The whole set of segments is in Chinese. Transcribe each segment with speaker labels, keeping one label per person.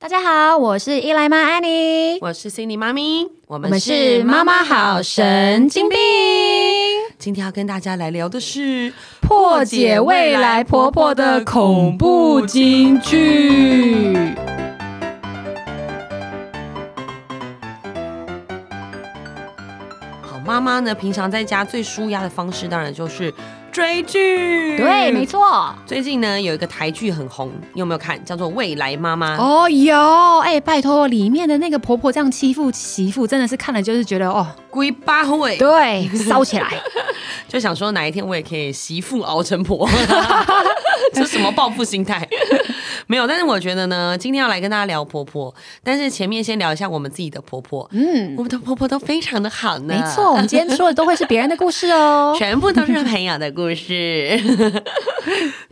Speaker 1: 大家好，我是伊莱妈安妮，
Speaker 2: 我是 Cindy 妈咪，我
Speaker 1: 我们是妈妈好神经病，
Speaker 2: 今天要跟大家来聊的是
Speaker 1: 破解未来婆婆的恐怖金句。
Speaker 2: 好妈妈呢，平常在家最舒压的方式，当然就是追剧。
Speaker 1: 对，没。错。
Speaker 2: 最近呢，有一个台剧很红，你有没有看？叫做《未来妈妈》。
Speaker 1: 哦，有哎、拜托，里面的那个婆婆这样欺负媳妇，真的是看了就是觉得哦，
Speaker 2: 龟八会，
Speaker 1: 对，烧起 来。
Speaker 2: 就想说哪一天我也可以媳妇熬成 婆，这是什么报复心态？ 没有，但是我觉得呢，今天要来跟大家聊婆婆，但是前面先聊一下我们自己的婆婆，
Speaker 1: 嗯，
Speaker 2: 我们的婆婆都非常的好呢，。
Speaker 1: 没错，我们今天说的都会是别人的故事哦
Speaker 2: 全部都是朋友的 故事。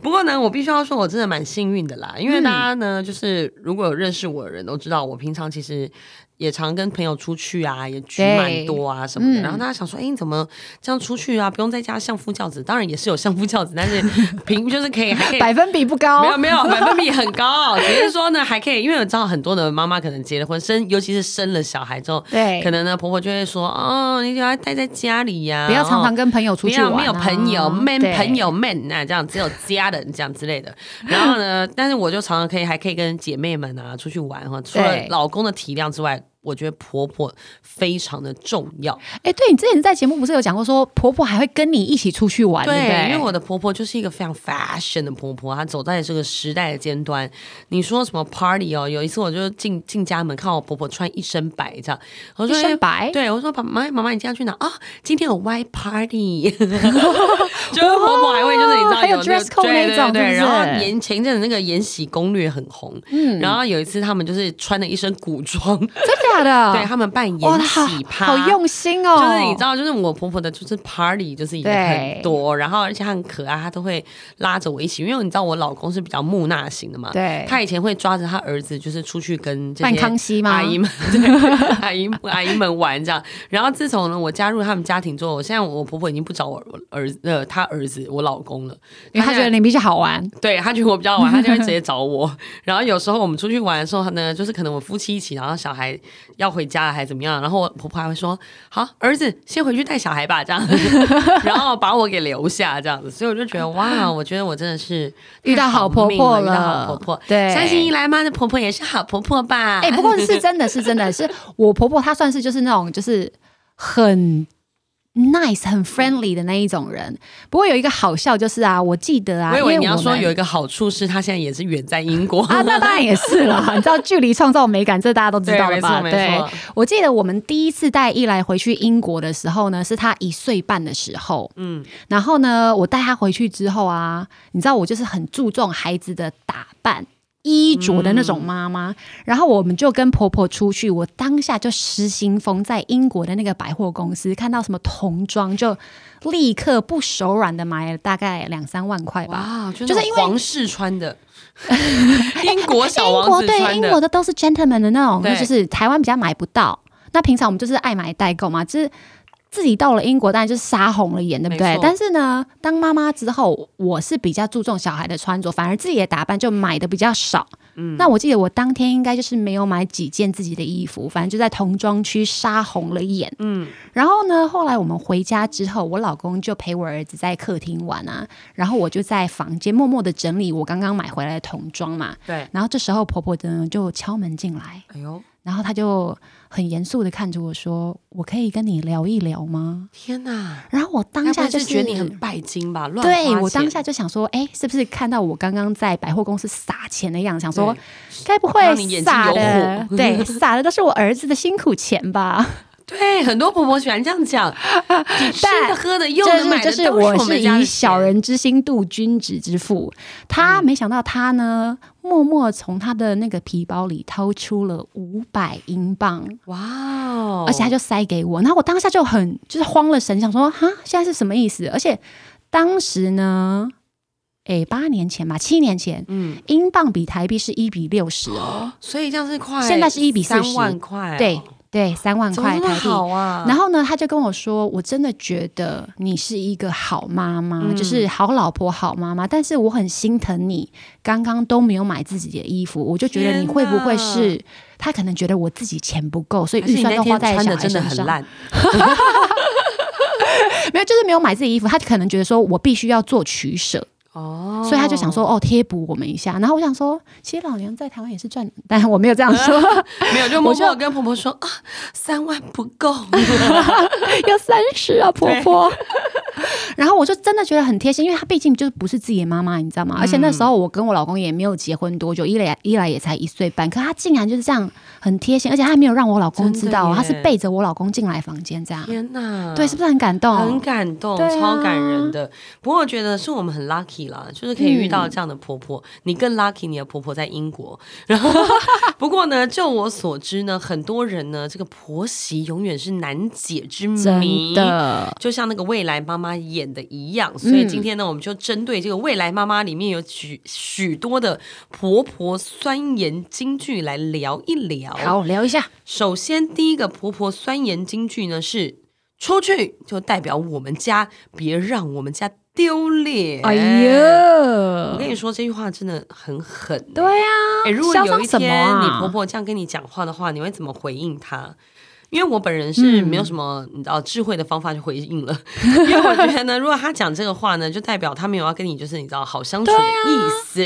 Speaker 2: 不过呢，我必须要说，我真的蛮幸运的啦，因
Speaker 1: 嗯
Speaker 2: 为大家呢，就是如果有认识我的人都知道，我平常其实也常跟朋友出去啊，也局蛮多啊什么
Speaker 1: 嗯
Speaker 2: 的。然后大家想说，哎、你怎么这样出去啊？不用在家相夫教子，当然也是有相夫教子， 但是平就是可以还可以。
Speaker 1: 百分比不高，
Speaker 2: 没有没有，百分比很 高，只是说呢，还可以，因为我知道很多的妈妈可能结了婚，生尤其是生了小孩之后，
Speaker 1: 对
Speaker 2: 可能呢婆婆就会说，哦，你就要待在家里呀、
Speaker 1: 不要常
Speaker 2: 哦
Speaker 1: 常跟朋友出
Speaker 2: 不
Speaker 1: 去
Speaker 2: 要
Speaker 1: 玩、啊，
Speaker 2: 没有朋友，man
Speaker 1: 对
Speaker 2: 朋友 man 啊，这样只有家人这样之类的。然后 呢，但是我就常常可以还可以跟姐妹们啊出去玩哈，除了
Speaker 1: 对
Speaker 2: 老公的体谅之外，我觉得婆婆非常的重要。
Speaker 1: 哎、对你之前在节目不是有讲过说，婆婆还会跟你一起出去玩，对不对？
Speaker 2: 因为我的婆婆就是一个非常 fashion 的婆婆，她走在这个时代的尖端。你说什么 party 哦？有一次我就进进家门，看我婆婆穿一身白这样，我说哎
Speaker 1: 一身白
Speaker 2: 对我说爸妈妈妈，你今天要去哪啊？今天有 white party，就是婆婆还会就是你知道
Speaker 1: 哦还有
Speaker 2: 那
Speaker 1: dress code
Speaker 2: 对
Speaker 1: 那种
Speaker 2: 对对，
Speaker 1: 是不
Speaker 2: 然
Speaker 1: 是
Speaker 2: 后延前一阵子那个《延禧攻略》很红，嗯，然后有一次他们就是穿了一身古装，
Speaker 1: 真的假的？
Speaker 2: 对他们扮演
Speaker 1: 啊 哇，她
Speaker 2: 喜趴，
Speaker 1: 好好用心哦，
Speaker 2: 就是你知道，就是我婆婆的，就是 party 就是也很多，然后而且她很可爱，她都会拉着我一起，因为你知道我老公是比较木讷型的嘛，
Speaker 1: 对
Speaker 2: 他以前会抓着他儿子，就是出去跟这
Speaker 1: 办
Speaker 2: 些
Speaker 1: 康熙吗
Speaker 2: 阿姨们、 对阿姨阿姨们玩这样。然后自从呢我加入他们家庭之后，我现在我婆婆已经不找我儿子呃他儿子我老公了，
Speaker 1: 因为她
Speaker 2: 现
Speaker 1: 觉
Speaker 2: 在
Speaker 1: 得你比较好 玩，
Speaker 2: 对他觉得我比较晚，他就会直接找我。 然后有时候我们出去玩的时候呢，就是可能我夫妻一起，然后小孩要回家了还怎么样，然后我婆婆还会说：“好，儿子先回去带小孩吧。”这样， 然后把我给留下这样子。所以我就觉得哇，我觉得我真的是
Speaker 1: 遇到
Speaker 2: 太
Speaker 1: 好婆
Speaker 2: 命
Speaker 1: 婆
Speaker 2: 了，遇到好
Speaker 1: 了
Speaker 2: 婆婆。
Speaker 1: 对
Speaker 2: 相信一来妈的婆婆也是好婆啊婆吧？
Speaker 1: 哎、不过是真的是真的是我婆婆，她算是就是那种就是很 nice 很 friendly 的那一种人。不过有一个好笑就是啊，我记得啊，
Speaker 2: 我以为你要说
Speaker 1: 因为我们
Speaker 2: 有一个好处是，她现在也是远在英国。
Speaker 1: 啊， 那当然也是啦。你知道距离创造美感，这大家都知道了吧？
Speaker 2: 对没
Speaker 1: 对，
Speaker 2: 错没错
Speaker 1: 我记得我们第一次带伊莱回去英国的时候呢，是他一岁半的时候。
Speaker 2: 嗯
Speaker 1: 嗯，然后呢，我带他回去之后啊，你知道我就是很注重孩子的打扮。衣着的那种
Speaker 2: 嗯
Speaker 1: 妈妈，然后我们就跟婆婆出去，我当下就失心疯，在英国的那个百货公司看到什么童装，就立刻不手软的买了大概两三万块吧。
Speaker 2: 哇，就
Speaker 1: 就是是因为
Speaker 2: 皇室穿 的，英国小
Speaker 1: 英
Speaker 2: 王
Speaker 1: 国
Speaker 2: 子
Speaker 1: 对
Speaker 2: 穿
Speaker 1: 英
Speaker 2: 的
Speaker 1: 国。的都是 gentleman 的那种，
Speaker 2: 对
Speaker 1: 就是台湾比较买不到。那平常我们就是爱买代购嘛，就是自己到了英国，当然就是杀红了眼，对不
Speaker 2: 没
Speaker 1: 对
Speaker 2: 错？
Speaker 1: 但是呢，当妈妈之后，我是比较注重小孩的穿着，反而自己的打扮就买的比较少。
Speaker 2: 嗯
Speaker 1: 那我记得我当天应该就是没有买几件自己的衣服，反正就在童装区杀红了眼。嗯，然后呢，后来我们回家之后，我老公就陪我儿子在客厅玩啊，然后我就在房间默默的整理我刚刚买回来的童装嘛。
Speaker 2: 对，
Speaker 1: 然后这时候婆婆呢就敲门进来，
Speaker 2: 哎呦，
Speaker 1: 然后她就很严肃的看着我说：“我可以跟你聊一聊吗
Speaker 2: 天哪？”！
Speaker 1: 然后我当
Speaker 2: 该不
Speaker 1: 下
Speaker 2: 会
Speaker 1: 就是
Speaker 2: 觉得你很拜金吧？乱花
Speaker 1: 对
Speaker 2: 钱
Speaker 1: 我当下就想说，哎，是不是看到我刚刚在百货公司撒钱的样子，想说
Speaker 2: 对
Speaker 1: 该不
Speaker 2: 让你
Speaker 1: 会
Speaker 2: 眼睛
Speaker 1: 撒
Speaker 2: 有
Speaker 1: 的
Speaker 2: 火
Speaker 1: 对撒的都是我儿子的辛苦钱吧？
Speaker 2: 对很多婆婆喜欢这样讲，你吃的
Speaker 1: 但
Speaker 2: 喝的用
Speaker 1: 就
Speaker 2: 的
Speaker 1: 是
Speaker 2: 买
Speaker 1: 就
Speaker 2: 的
Speaker 1: 是
Speaker 2: 都我
Speaker 1: 是
Speaker 2: 们家的
Speaker 1: 以小
Speaker 2: 钱
Speaker 1: 人之心度君子之腹，他没想到他呢默默从他的那个皮包里掏出了五百英镑。
Speaker 2: 哇哦，
Speaker 1: 而且他就塞给我，然后我当下就很就是慌了神，想说哈，现在是什么意思？而且当时呢，诶，八年前吧，七年前，
Speaker 2: 嗯，
Speaker 1: 英镑比台币是一比六十哦，
Speaker 2: 所以这样是快，
Speaker 1: 现在是1比
Speaker 2: 三
Speaker 1: 40
Speaker 2: 万块哦，
Speaker 1: 对，对，三万
Speaker 2: 怎么
Speaker 1: 块
Speaker 2: 那么
Speaker 1: 台币。
Speaker 2: 好啊？
Speaker 1: 然
Speaker 2: 后
Speaker 1: 后呢，他就跟我说：“我真的觉得你是一个好妈妈，
Speaker 2: 嗯
Speaker 1: 就是好老婆、好妈妈。但是我很心疼你，刚刚都没有买自己的衣服，我就觉得你会不会
Speaker 2: 天
Speaker 1: 是他可能觉得我自己钱不够，所以
Speaker 2: 还是
Speaker 1: 预
Speaker 2: 你
Speaker 1: 算
Speaker 2: 那
Speaker 1: 都
Speaker 2: 天
Speaker 1: 花在
Speaker 2: 穿
Speaker 1: 小
Speaker 2: 的
Speaker 1: 孩
Speaker 2: 真的
Speaker 1: 身
Speaker 2: 很
Speaker 1: 上。
Speaker 2: 烂，
Speaker 1: 没有，就是没有买自己衣服，他可能觉得说我必须要做取舍，
Speaker 2: 哦，
Speaker 1: 所以他就想说哦贴补我们一下。然后我想说，其实老娘在台湾也是赚，但我没有这样 说，
Speaker 2: 没有，就默
Speaker 1: 我就
Speaker 2: 默地跟婆婆说啊，三万不够，
Speaker 1: 要三十啊，婆婆。然后我就真的觉得很贴心，因为她毕竟就是不是自己的妈妈，你知道吗？
Speaker 2: 嗯
Speaker 1: 而且那时候我跟我老公也没有结婚多久，一来一来也才一岁半，可她竟然就是这样很贴心，而且她还没有让我老公知道哦，
Speaker 2: 真的
Speaker 1: 她
Speaker 2: 耶
Speaker 1: 是背着我老公进来房间这样，
Speaker 2: 天哪，
Speaker 1: 对，是不是很感
Speaker 2: 很
Speaker 1: 动？
Speaker 2: 感动，
Speaker 1: 哦对啊
Speaker 2: 超感人的。不过我觉得是我们很 lucky 啦，就是可以遇到这样的婆婆。
Speaker 1: 嗯
Speaker 2: 你更 lucky，你的婆婆在英国。 然后，不过呢，就我所知呢，很多人呢，这个婆媳永远是难解之谜
Speaker 1: 真。的，嗯
Speaker 2: 就像那个未来妈妈演的一样，所以今天呢，我们就针对这个未来妈妈里面有许许多的婆婆酸言金句来聊一聊。
Speaker 1: 好聊一下，
Speaker 2: 首先，第一个婆婆酸言金句呢是：出去就代表我们家，别让我们家丢脸。
Speaker 1: 哎
Speaker 2: 我
Speaker 1: 呀，
Speaker 2: 跟你说，这句话真的很狠欸。
Speaker 1: 嗯对啊，
Speaker 2: 哎，如果
Speaker 1: 嚣
Speaker 2: 有
Speaker 1: 张
Speaker 2: 一
Speaker 1: 什么
Speaker 2: 天
Speaker 1: 啊
Speaker 2: 你婆婆这样跟你讲话的话，你会怎么回应她？因为我本人是
Speaker 1: 嗯
Speaker 2: 没有什么你知道智慧的方法去回应了， 因为我觉得呢，如果她讲这个话呢，就代表她没有要跟你就是你知道好相处的意思，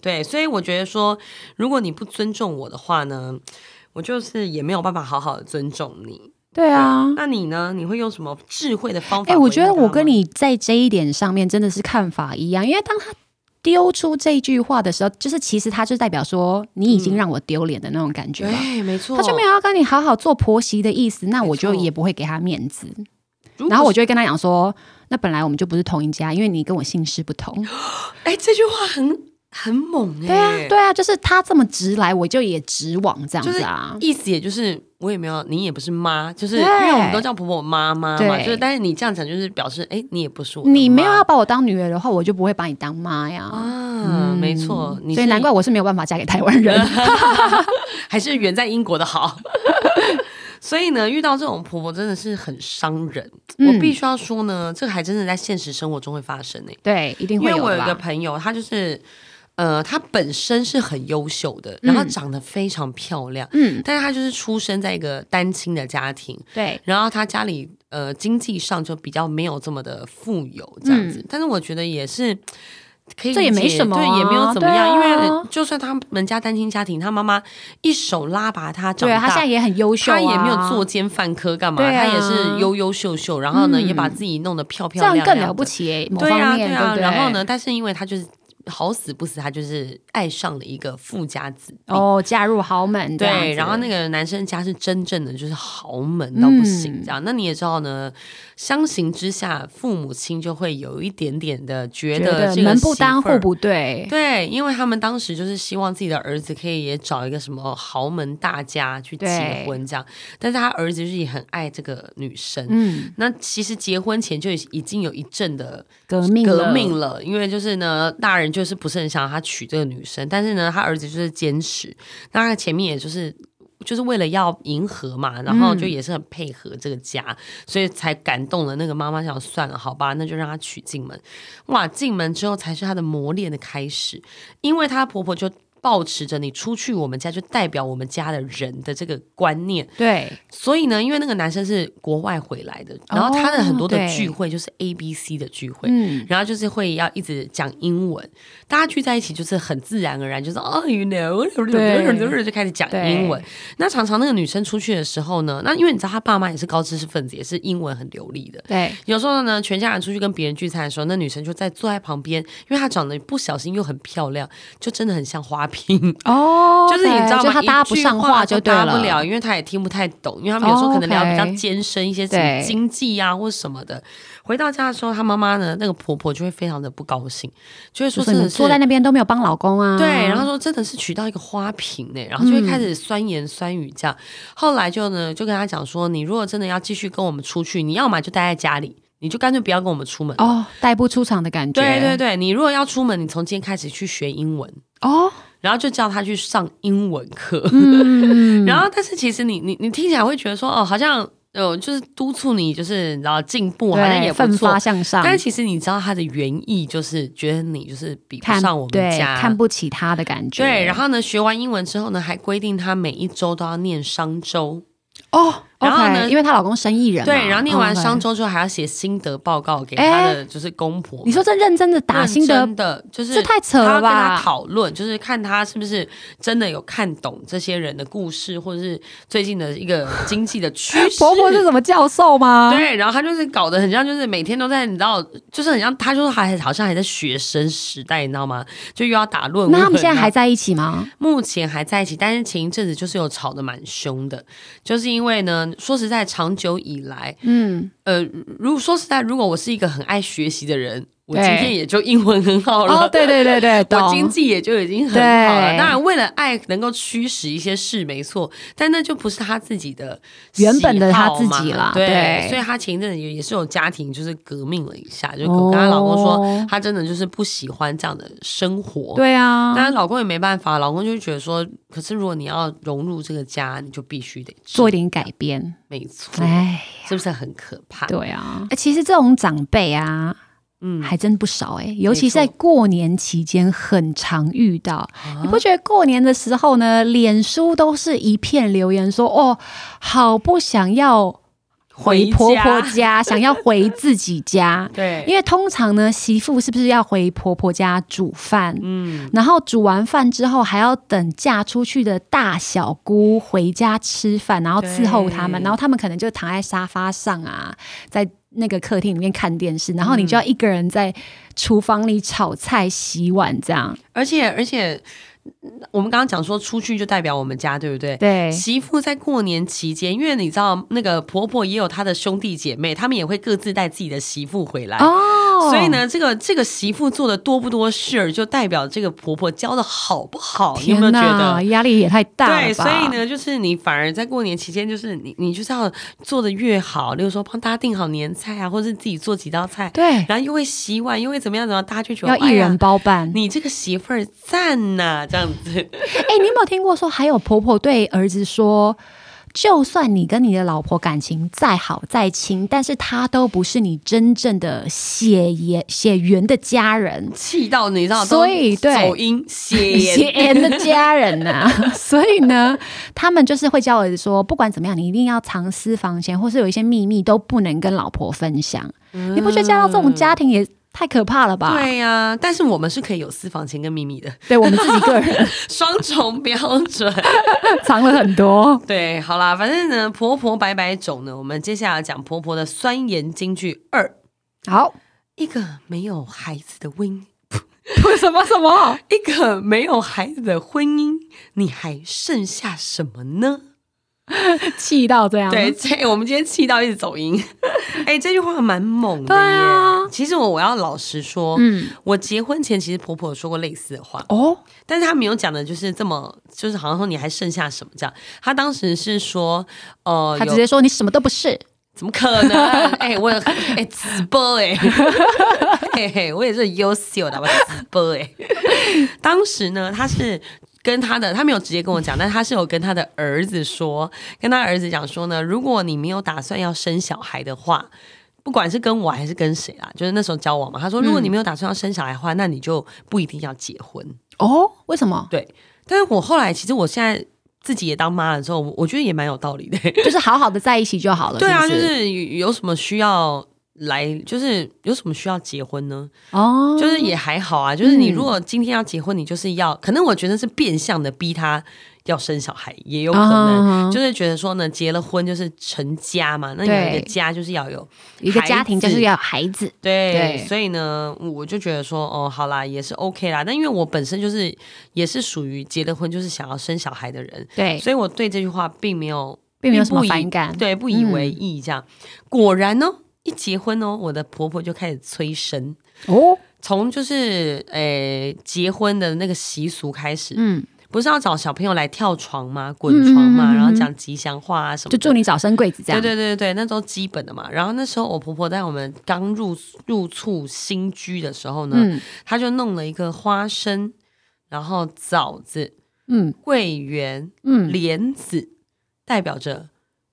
Speaker 2: 对，所以我觉得说，如果你不尊重我的话呢，我就是也没有办法好好的尊重你。
Speaker 1: 对啊。
Speaker 2: 那你呢？你会用什么智慧的方法？
Speaker 1: 哎、我觉得我跟，你在这一点上面真的是看法一样，因为当他丢出这句话的时候，就是其实他就代表说你已经让我丢脸的那种感觉吧。
Speaker 2: 对，没错，
Speaker 1: 他就没有要跟你好好做婆媳的意思，那我就
Speaker 2: 没错嗯
Speaker 1: 也不会给他面子。
Speaker 2: 有
Speaker 1: 然后我就会跟他讲说，那本来我们就不是同一家，因为你跟我姓氏不 同。
Speaker 2: 哎，这句话很很猛哎、
Speaker 1: 对啊，对啊，就是他这么直来，我就也直往这样子啊。
Speaker 2: 意思也就是我也没有，你也不是妈，就是因
Speaker 1: 对
Speaker 2: 为我们都叫婆婆妈妈嘛，
Speaker 1: 对
Speaker 2: 就是但是你这样讲就是表示，哎，你也不是我的妈，
Speaker 1: 你没有要把我当女儿的话，我就不会把你当妈呀。
Speaker 2: 啊，没错，你
Speaker 1: 所以
Speaker 2: 是
Speaker 1: 难怪我是没有办法嫁给台湾 人。
Speaker 2: 还是远在英国的好。 所以呢，遇到这种婆婆真的是很伤人。
Speaker 1: 嗯
Speaker 2: 我必须要说呢，这个还真的在现实生活中会发生呢、欸
Speaker 1: 对，一定
Speaker 2: 因
Speaker 1: 会
Speaker 2: 为
Speaker 1: 有的
Speaker 2: 我有一
Speaker 1: 啦
Speaker 2: 个朋友，她就是，呃，她本身是很优秀的，然后
Speaker 1: 嗯
Speaker 2: 长得非常漂亮，
Speaker 1: 嗯，
Speaker 2: 但是她就是出生在一个单亲的家庭，
Speaker 1: 对，
Speaker 2: 然后他家里呃经济上就比较没有这么的富有这样子，但是我觉得也是。可以理
Speaker 1: 嗯这
Speaker 2: 解，
Speaker 1: 也没什么啊
Speaker 2: 对，也没有怎么样，
Speaker 1: 对啊
Speaker 2: 因为就算他们家单亲家庭，他妈妈一手拉拔他长
Speaker 1: 对
Speaker 2: 大，
Speaker 1: 他现在也很优秀、啊，
Speaker 2: 他也没有作，奸犯科干嘛，
Speaker 1: 对啊
Speaker 2: 他也是优优秀秀，然后呢，
Speaker 1: 嗯
Speaker 2: 也把自己弄得漂
Speaker 1: 这
Speaker 2: 漂亮
Speaker 1: 样
Speaker 2: 亮，
Speaker 1: 更了不。起耶、某
Speaker 2: 对
Speaker 1: 方
Speaker 2: 啊，
Speaker 1: 面，
Speaker 2: 啊，
Speaker 1: 不对？
Speaker 2: 然后？呢，但是因为他就是好死不死，他就是爱上了一个富家子弟，
Speaker 1: 哦，嫁入豪门，这样
Speaker 2: 对，
Speaker 1: 子
Speaker 2: 然后那个男生家是真正的就是豪门到不行
Speaker 1: 嗯
Speaker 2: 这样。那你也知道呢，相形之下，父母亲就会有一点点的觉
Speaker 1: 觉得
Speaker 2: 得这个
Speaker 1: 门不
Speaker 2: 媳
Speaker 1: 当
Speaker 2: 妇儿
Speaker 1: 户。不对，
Speaker 2: 对，因为他们当时就是希望自己的儿子可以也找一个什么豪门大家去结
Speaker 1: 对
Speaker 2: 婚这样，但是他儿子就是也很爱这个女生。
Speaker 1: 嗯，
Speaker 2: 那其实结婚前就已经有一阵的
Speaker 1: 革命
Speaker 2: 革命
Speaker 1: 了，
Speaker 2: 了，因为就是呢，大人就是不是很想让他娶这个女生，但是呢，他儿子就是坚持，那他前面也就是。就是为了要迎合
Speaker 1: 嗯
Speaker 2: 嘛，然后就也是很配合这个家，所以才感动了那个妈妈，想算了，好吧，那就让她娶进门。哇，进门之后才是她的磨练的开始，因为她婆婆就保持着你出去我们家就代表我们家的人的这个观念，
Speaker 1: 对，
Speaker 2: 所以呢，因为那个男生是国外回来的，然后他的很多的
Speaker 1: 对
Speaker 2: 聚会就是 A、B、C 的聚会，
Speaker 1: 嗯，
Speaker 2: 然后就是会要一直讲英文，大家聚在一起就是很自然而然，就是哦，you know，就开始讲英文。那常常那个女生出去的时候呢，那因为你知道她爸妈也是高知识分子，也是英文很流利的。
Speaker 1: 对，
Speaker 2: 有时候呢，全家人出去跟别人聚餐的时候，那女生就在坐在旁边，因为她长得不小心又很漂亮，就真的很像花瓶。
Speaker 1: 哦
Speaker 2: 就是你知道吗？
Speaker 1: 他搭不上
Speaker 2: 一句话
Speaker 1: 就对
Speaker 2: 搭不了，因为他也听不太懂，因为他们
Speaker 1: 哦
Speaker 2: 有时候可能聊
Speaker 1: OK
Speaker 2: 比较艰深一些什么
Speaker 1: 对
Speaker 2: 经济啊或什么的。回到家的时候，她妈妈呢，那个婆婆就会非常的不高兴，就会
Speaker 1: 就
Speaker 2: 说
Speaker 1: 是
Speaker 2: 真
Speaker 1: 你
Speaker 2: 的
Speaker 1: 们
Speaker 2: 是
Speaker 1: 坐在那边都没有帮老公啊，
Speaker 2: 对，然后说真的是娶到一个花瓶呢、然后就会开
Speaker 1: 嗯
Speaker 2: 始酸言酸语这样。后来就呢，就跟她讲说，你如果真的要继续跟我们出去，你要么就待在家里，你就干脆不要跟我们出门。
Speaker 1: 哦哦，带不出场的感觉，
Speaker 2: 对对对，你如果要出门，你从今天开始去学英文。
Speaker 1: 哦，
Speaker 2: 然后就叫他去上英文课。
Speaker 1: 嗯，
Speaker 2: 然后，但是其实你你你听起来会觉得说，哦，好像呃，就是督促你，就是然后进步，好像
Speaker 1: 对
Speaker 2: 也不
Speaker 1: 奋
Speaker 2: 错
Speaker 1: 发。向上，
Speaker 2: 但是其实你知道他的原意就是觉得你就是比不
Speaker 1: 看
Speaker 2: 上我们
Speaker 1: 对
Speaker 2: 家，
Speaker 1: 看不起他的感觉。
Speaker 2: 对。然后呢，学完英文之后呢，还规定他每一周都要念商周。
Speaker 1: 哦，
Speaker 2: 然后呢
Speaker 1: OK，因为她老公生意人嘛，哦
Speaker 2: 对，然后念完商
Speaker 1: 周，
Speaker 2: 周之后还要写心得报告给他的就是公婆
Speaker 1: 哦
Speaker 2: 们。
Speaker 1: 你说这认真的打
Speaker 2: 认
Speaker 1: 心得
Speaker 2: 真，的就是
Speaker 1: 这太扯
Speaker 2: 他
Speaker 1: 了
Speaker 2: 要跟他
Speaker 1: 吧？
Speaker 2: 讨论，就是看他是不是真的有看懂这些人的故事，或者是最近的一个经济的趋势。
Speaker 1: 婆婆是什么教授吗？
Speaker 2: 对，然后他就是搞得很像，就是每天都在，你知道，就是很像，他就是还好像还在学生时代，你知道吗？就又要打论文。
Speaker 1: 那他们现在还
Speaker 2: 然后
Speaker 1: 在一起吗？
Speaker 2: 目前还在一起，但是前一阵子就是有吵得蛮凶的，就是因为呢，说实在，长久以来，
Speaker 1: 嗯，
Speaker 2: 呃，如果说实在，如果我是一个很爱学习的人，我今
Speaker 1: 对
Speaker 2: 天也就英文很好了。
Speaker 1: 哦，对对对对，
Speaker 2: 我经
Speaker 1: 懂。
Speaker 2: 济也就已经很好了。
Speaker 1: 对
Speaker 2: 当然，为了爱能够驱使一些事，没错，但那就不是他自己的
Speaker 1: 原本的
Speaker 2: 喜
Speaker 1: 他
Speaker 2: 好嘛
Speaker 1: 自己啦
Speaker 2: 对，
Speaker 1: 对
Speaker 2: 所以他前一阵子也也是有家庭，就是革命了一下，就跟她老公说，
Speaker 1: 哦
Speaker 2: 她真的就是不喜欢这样的生活。
Speaker 1: 对
Speaker 2: 但
Speaker 1: 啊，
Speaker 2: 是老公也没办法，老公就觉得说，可是如果你要融入这个家，你就必须得这
Speaker 1: 做
Speaker 2: 样
Speaker 1: 一点改变。
Speaker 2: 没错，
Speaker 1: 哎，
Speaker 2: 是不是很可怕？
Speaker 1: 对啊，哎其实这种长辈啊，
Speaker 2: 嗯，
Speaker 1: 还真不少哎、尤其
Speaker 2: 没
Speaker 1: 是
Speaker 2: 错
Speaker 1: 在过年期间，很常遇到。
Speaker 2: 啊
Speaker 1: 你不觉得过年的时候呢，脸书都是一片留言说：“哦，好不想要回婆婆
Speaker 2: 家
Speaker 1: 家，想要回自己 家。”
Speaker 2: 对，
Speaker 1: 因为通常呢，媳妇是不是要回婆婆家煮饭？
Speaker 2: 嗯，
Speaker 1: 然后煮完饭之后，还要等嫁出去的大小姑回家吃饭，然后伺候他们，
Speaker 2: 对
Speaker 1: 然后他们可能就躺在沙发上啊，在那个客厅里面看电视，然后你
Speaker 2: 嗯
Speaker 1: 就要一个人在厨房里炒菜、洗碗这样。
Speaker 2: 而且而且，嗯我们刚刚讲说出去就代表我们家，对不对？
Speaker 1: 对
Speaker 2: 媳妇在过年期间，因为你知道那个婆婆也有她的兄弟姐妹，他们也会各自带自己的媳妇回来。
Speaker 1: 哦，
Speaker 2: 所以，呢，这个这个媳妇做的多不多事儿，就代表这个婆婆教的好不好，你
Speaker 1: 天
Speaker 2: 有没有觉
Speaker 1: 哪，
Speaker 2: 得？
Speaker 1: 压力也太大了
Speaker 2: 对，
Speaker 1: 吧
Speaker 2: 所以，呢，就是你反而在过年期间，就是你你就是要做的越好，例如说帮大家订好年菜啊，或者是自己做几道菜，
Speaker 1: 对，
Speaker 2: 然后又会洗碗，又会怎么样怎么样，大家就觉
Speaker 1: 要
Speaker 2: 得
Speaker 1: 一
Speaker 2: 哎
Speaker 1: 人嗯
Speaker 2: 呀
Speaker 1: 包办。
Speaker 2: 你这个媳妇儿赞呐、这样子。
Speaker 1: 哎、你有没有听过说，还有婆婆对儿子说，就算你跟你的老婆感情再好再亲，但是她都不是你真正的血缘血缘的家人。
Speaker 2: 气到你知道，
Speaker 1: 所以
Speaker 2: 都
Speaker 1: 对
Speaker 2: 走音血
Speaker 1: 血
Speaker 2: 言，
Speaker 1: 缘的家人呐、 所以呢，他们就是会教儿子说，不管怎么样，你一定要藏私房钱，或是有一些秘密都不能跟老婆分享。你不觉得嫁到这种家庭也太可怕了吧？
Speaker 2: 嗯对呀、但是我们是可以有私房钱跟秘密的，
Speaker 1: 对我们自己个人
Speaker 2: 双重标 准。
Speaker 1: 藏了很多。
Speaker 2: 对，好啦，反正呢，婆婆百百种呢，我们接下来讲婆婆的酸言金句二，
Speaker 1: 好，
Speaker 2: 一个没有孩子的婚姻，
Speaker 1: 什么什么？
Speaker 2: 一个没有孩子的婚姻，你还剩下什么呢？
Speaker 1: 气到这样？
Speaker 2: 对，这我们今天气到一直走音。 哎、这句话蛮猛的
Speaker 1: 对
Speaker 2: 耶。
Speaker 1: 啊
Speaker 2: 其实我我要老实说，
Speaker 1: 嗯，
Speaker 2: 我结婚前其实婆婆有说过类似的话，
Speaker 1: 哦，
Speaker 2: 但是她没有讲的就是这么，就是好像说你还剩下什么这样。她当时是说，呃，
Speaker 1: 他
Speaker 2: 有
Speaker 1: 直接说你什么都不是，
Speaker 2: 怎么可 能？哎、我有哎直播哎、嘿嘿，我也是优秀的，我直播哎、当时呢，她是。跟她的，她没有直接跟我讲，但她是有跟她的儿子说，跟她儿子讲说呢，如果你没有打算要生小孩的话，不管是跟我还是跟谁啦，就是那时候交往嘛，她说如
Speaker 1: 嗯
Speaker 2: 果你没有打算要生小孩的话，那你就不一定要结婚。
Speaker 1: 哦，为什么？
Speaker 2: 对，但是我后来其实我现在自己也当妈了之后，我我觉得也蛮有道 理的。
Speaker 1: 就是好好的在一起就好了。
Speaker 2: 对啊，
Speaker 1: 不
Speaker 2: 就是有有什么需要来，就是有什么需要结婚呢？
Speaker 1: 哦，
Speaker 2: 就是也还好啊，就是你
Speaker 1: 嗯
Speaker 2: 如果今天要结婚，你就是要，可能我觉得是变相的逼他要生小孩，也有可能。
Speaker 1: 啊
Speaker 2: 就是觉得说呢，结了婚就是成家嘛，那有一
Speaker 1: 对
Speaker 2: 个家就是要有
Speaker 1: 一个家庭
Speaker 2: 孩子
Speaker 1: 就是要有孩子，
Speaker 2: 对，
Speaker 1: 对
Speaker 2: 所以呢，我就觉得说，哦，好啦，也是 OK 啦。但因为我本身就是也是属于结了婚就是想要生小孩的人，
Speaker 1: 对，
Speaker 2: 所以我对这句话并没有
Speaker 1: 并没有什么
Speaker 2: 不以
Speaker 1: 反感。
Speaker 2: 对，不以为意这样。果然呢、一结婚哦，我的婆婆就开始催生，
Speaker 1: 哦，
Speaker 2: 从就是诶、结婚的那个习俗开始，
Speaker 1: 嗯，
Speaker 2: 不是要找小朋友来跳床吗？滚床
Speaker 1: 嗯嗯
Speaker 2: 吗？
Speaker 1: 嗯嗯嗯
Speaker 2: 然后讲吉祥话啊什么
Speaker 1: 就
Speaker 2: 的。
Speaker 1: 祝你早生贵子这
Speaker 2: 对
Speaker 1: 样。
Speaker 2: 对对对，那都基本的嘛。然后那时候我婆婆在我们刚入入厝新居的时候呢，
Speaker 1: 嗯，
Speaker 2: 她就弄了一个花生，然后枣子、
Speaker 1: 嗯
Speaker 2: 桂圆、
Speaker 1: 嗯，
Speaker 2: 莲子，代表着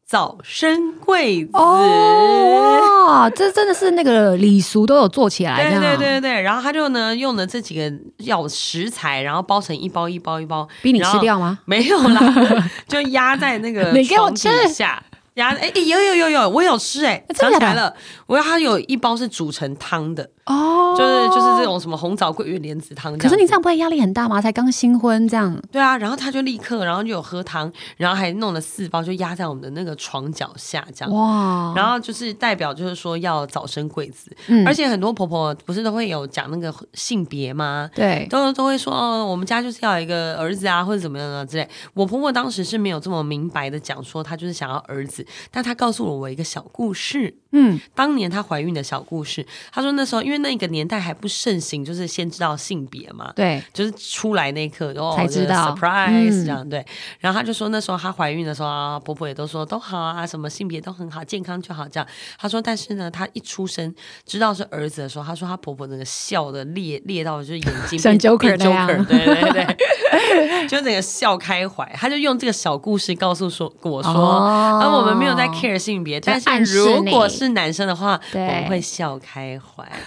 Speaker 2: 早生贵子。
Speaker 1: 哦，哇，这真的是那个礼俗都有做起来，这
Speaker 2: 对
Speaker 1: 样
Speaker 2: 对对对对，然后他就呢用了这几个药食材，然后包成一包一包一包，
Speaker 1: 逼你
Speaker 2: 然
Speaker 1: 吃
Speaker 2: 后
Speaker 1: 掉吗？
Speaker 2: 没有 啦，就压在那个
Speaker 1: 你给我
Speaker 2: 床底下。压哎、诶有有有有，我有吃哎、
Speaker 1: 真的
Speaker 2: 想
Speaker 1: 假的
Speaker 2: 起来了，我它有一包是煮成汤的，
Speaker 1: 哦，
Speaker 2: 就是就是这。种什么红枣桂圆莲子汤。
Speaker 1: 可是你这样，不会压力很大吗？才刚新婚这样，
Speaker 2: 对啊，然后他就立刻，然后就有喝汤，然后还弄了四包，就压在我们的那个床脚下这样。
Speaker 1: 哇！
Speaker 2: 然后就是代表，就是说要早生贵子，
Speaker 1: 嗯
Speaker 2: 而且很多婆婆不是都会有讲那个性别吗？
Speaker 1: 对，
Speaker 2: 都都会说，哦，我们家就是要有一个儿子啊，或者怎么样啊之类。我婆婆当时是没有这么明白的讲说她就是想要儿子，但她告诉了我一个小故事，
Speaker 1: 嗯
Speaker 2: 当年她怀孕的小故事。她说那时候因为那个年代还不盛行，就是先知道性别嘛。
Speaker 1: 对，
Speaker 2: 就是出来那一刻，哦，
Speaker 1: 才知道
Speaker 2: 就是 surprise
Speaker 1: 嗯
Speaker 2: 这样、对。然后她就说，那时候她怀孕的时候啊，婆婆也都说都好啊，什么性别都很好，健康就好这样。她说，但是呢，她一出生知道是儿子的时候，她说她婆婆整个笑的裂裂到就是眼 睛
Speaker 1: 像
Speaker 2: 变
Speaker 1: Joker
Speaker 2: 变
Speaker 1: 那样
Speaker 2: Joker，对对对， 就整个笑开怀。她就用这个小故事告诉说跟我说，
Speaker 1: 哦
Speaker 2: 啊，我们没有在 care 性别，但
Speaker 1: 暗示
Speaker 2: 是如
Speaker 1: 你
Speaker 2: 果是男生的话，我
Speaker 1: 对
Speaker 2: 们会笑开怀。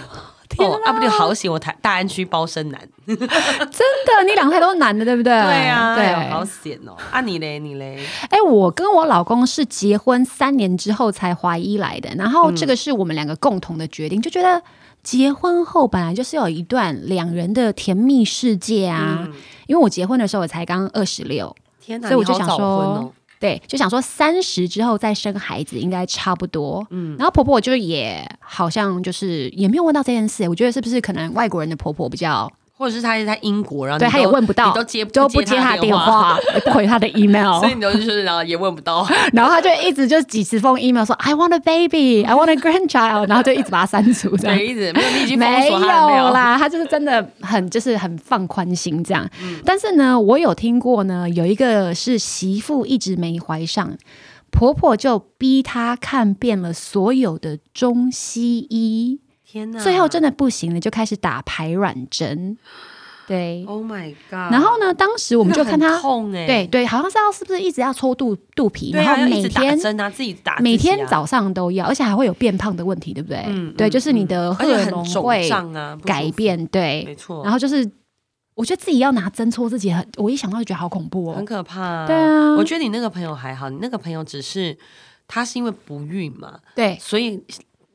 Speaker 1: 天
Speaker 2: 哦，啊不就好险，我台大安区包生男。
Speaker 1: 真的，你两胎都是男的，对不对？
Speaker 2: 对啊，
Speaker 1: 对。
Speaker 2: 哎呦好险哦！啊，你嘞，你嘞，
Speaker 1: 哎、我跟我老公是结婚三年之后才怀一来的，然
Speaker 2: 嗯
Speaker 1: 后这个是我们两个共同的决定，就觉得结婚后本来就是有一段两人的甜蜜世界啊。
Speaker 2: 嗯
Speaker 1: 因为我结婚的时候我才刚二十六，
Speaker 2: 天哪，
Speaker 1: 所以我
Speaker 2: 你
Speaker 1: 就
Speaker 2: 好
Speaker 1: 想
Speaker 2: 早
Speaker 1: 说，
Speaker 2: 婚哦，
Speaker 1: 对，就想说三十之后再生孩子应该差不多。嗯，然后婆婆就也好像就是也没有问到这件事，我觉得是不是可能外国人的婆婆比较
Speaker 2: 或者是他是在英国，然后
Speaker 1: 对
Speaker 2: 啊你都
Speaker 1: 她也问不到
Speaker 2: 你都接
Speaker 1: 就
Speaker 2: 不
Speaker 1: 不接
Speaker 2: 他
Speaker 1: 她
Speaker 2: 的
Speaker 1: 电，话， 也不回 她的 email，
Speaker 2: 所以你都就是然后也问不到，
Speaker 1: 然后他就一直就几十封 email 说 I want a baby, I want a grandchild，然后就一直把它删除这样。
Speaker 2: 对，一直没有，你已经封
Speaker 1: 没
Speaker 2: 锁他了没
Speaker 1: 有
Speaker 2: 有？
Speaker 1: 啦，他就是真的很就是很放宽心这样。
Speaker 2: 嗯
Speaker 1: 但是呢，我有听过呢，有一个是媳妇一直没怀上，婆婆就逼她看遍了所有的中西医，
Speaker 2: 天哪，
Speaker 1: 最后真的不行了，就开始打排卵针。对，
Speaker 2: ，Oh my God！
Speaker 1: 然后呢，当时
Speaker 2: 我
Speaker 1: 我们就看她。
Speaker 2: 痛哎，
Speaker 1: 对对，好像是要是不是一直要抽肚肚皮，
Speaker 2: 对
Speaker 1: 然
Speaker 2: 啊，
Speaker 1: 后
Speaker 2: 要一
Speaker 1: 每
Speaker 2: 直打
Speaker 1: 天
Speaker 2: 针啊，自己打自己啊，
Speaker 1: 每天早上都要，而且还会有变胖的问题，对不对？
Speaker 2: 嗯，嗯，
Speaker 1: 对，就是你的
Speaker 2: 嗯
Speaker 1: 荷
Speaker 2: 而且
Speaker 1: 尔
Speaker 2: 很
Speaker 1: 蒙
Speaker 2: 肿
Speaker 1: 会
Speaker 2: 胀啊，不舒服
Speaker 1: 改，变，对。
Speaker 2: 没错，
Speaker 1: 然后就是，我觉得自己要拿针戳自己很，我一想到就觉得好恐怖
Speaker 2: 很
Speaker 1: 哦。
Speaker 2: 可怕、啊
Speaker 1: 对啊
Speaker 2: 我觉得你那个朋友还好，你那个朋友只是他是因为不孕嘛，
Speaker 1: 对，
Speaker 2: 所以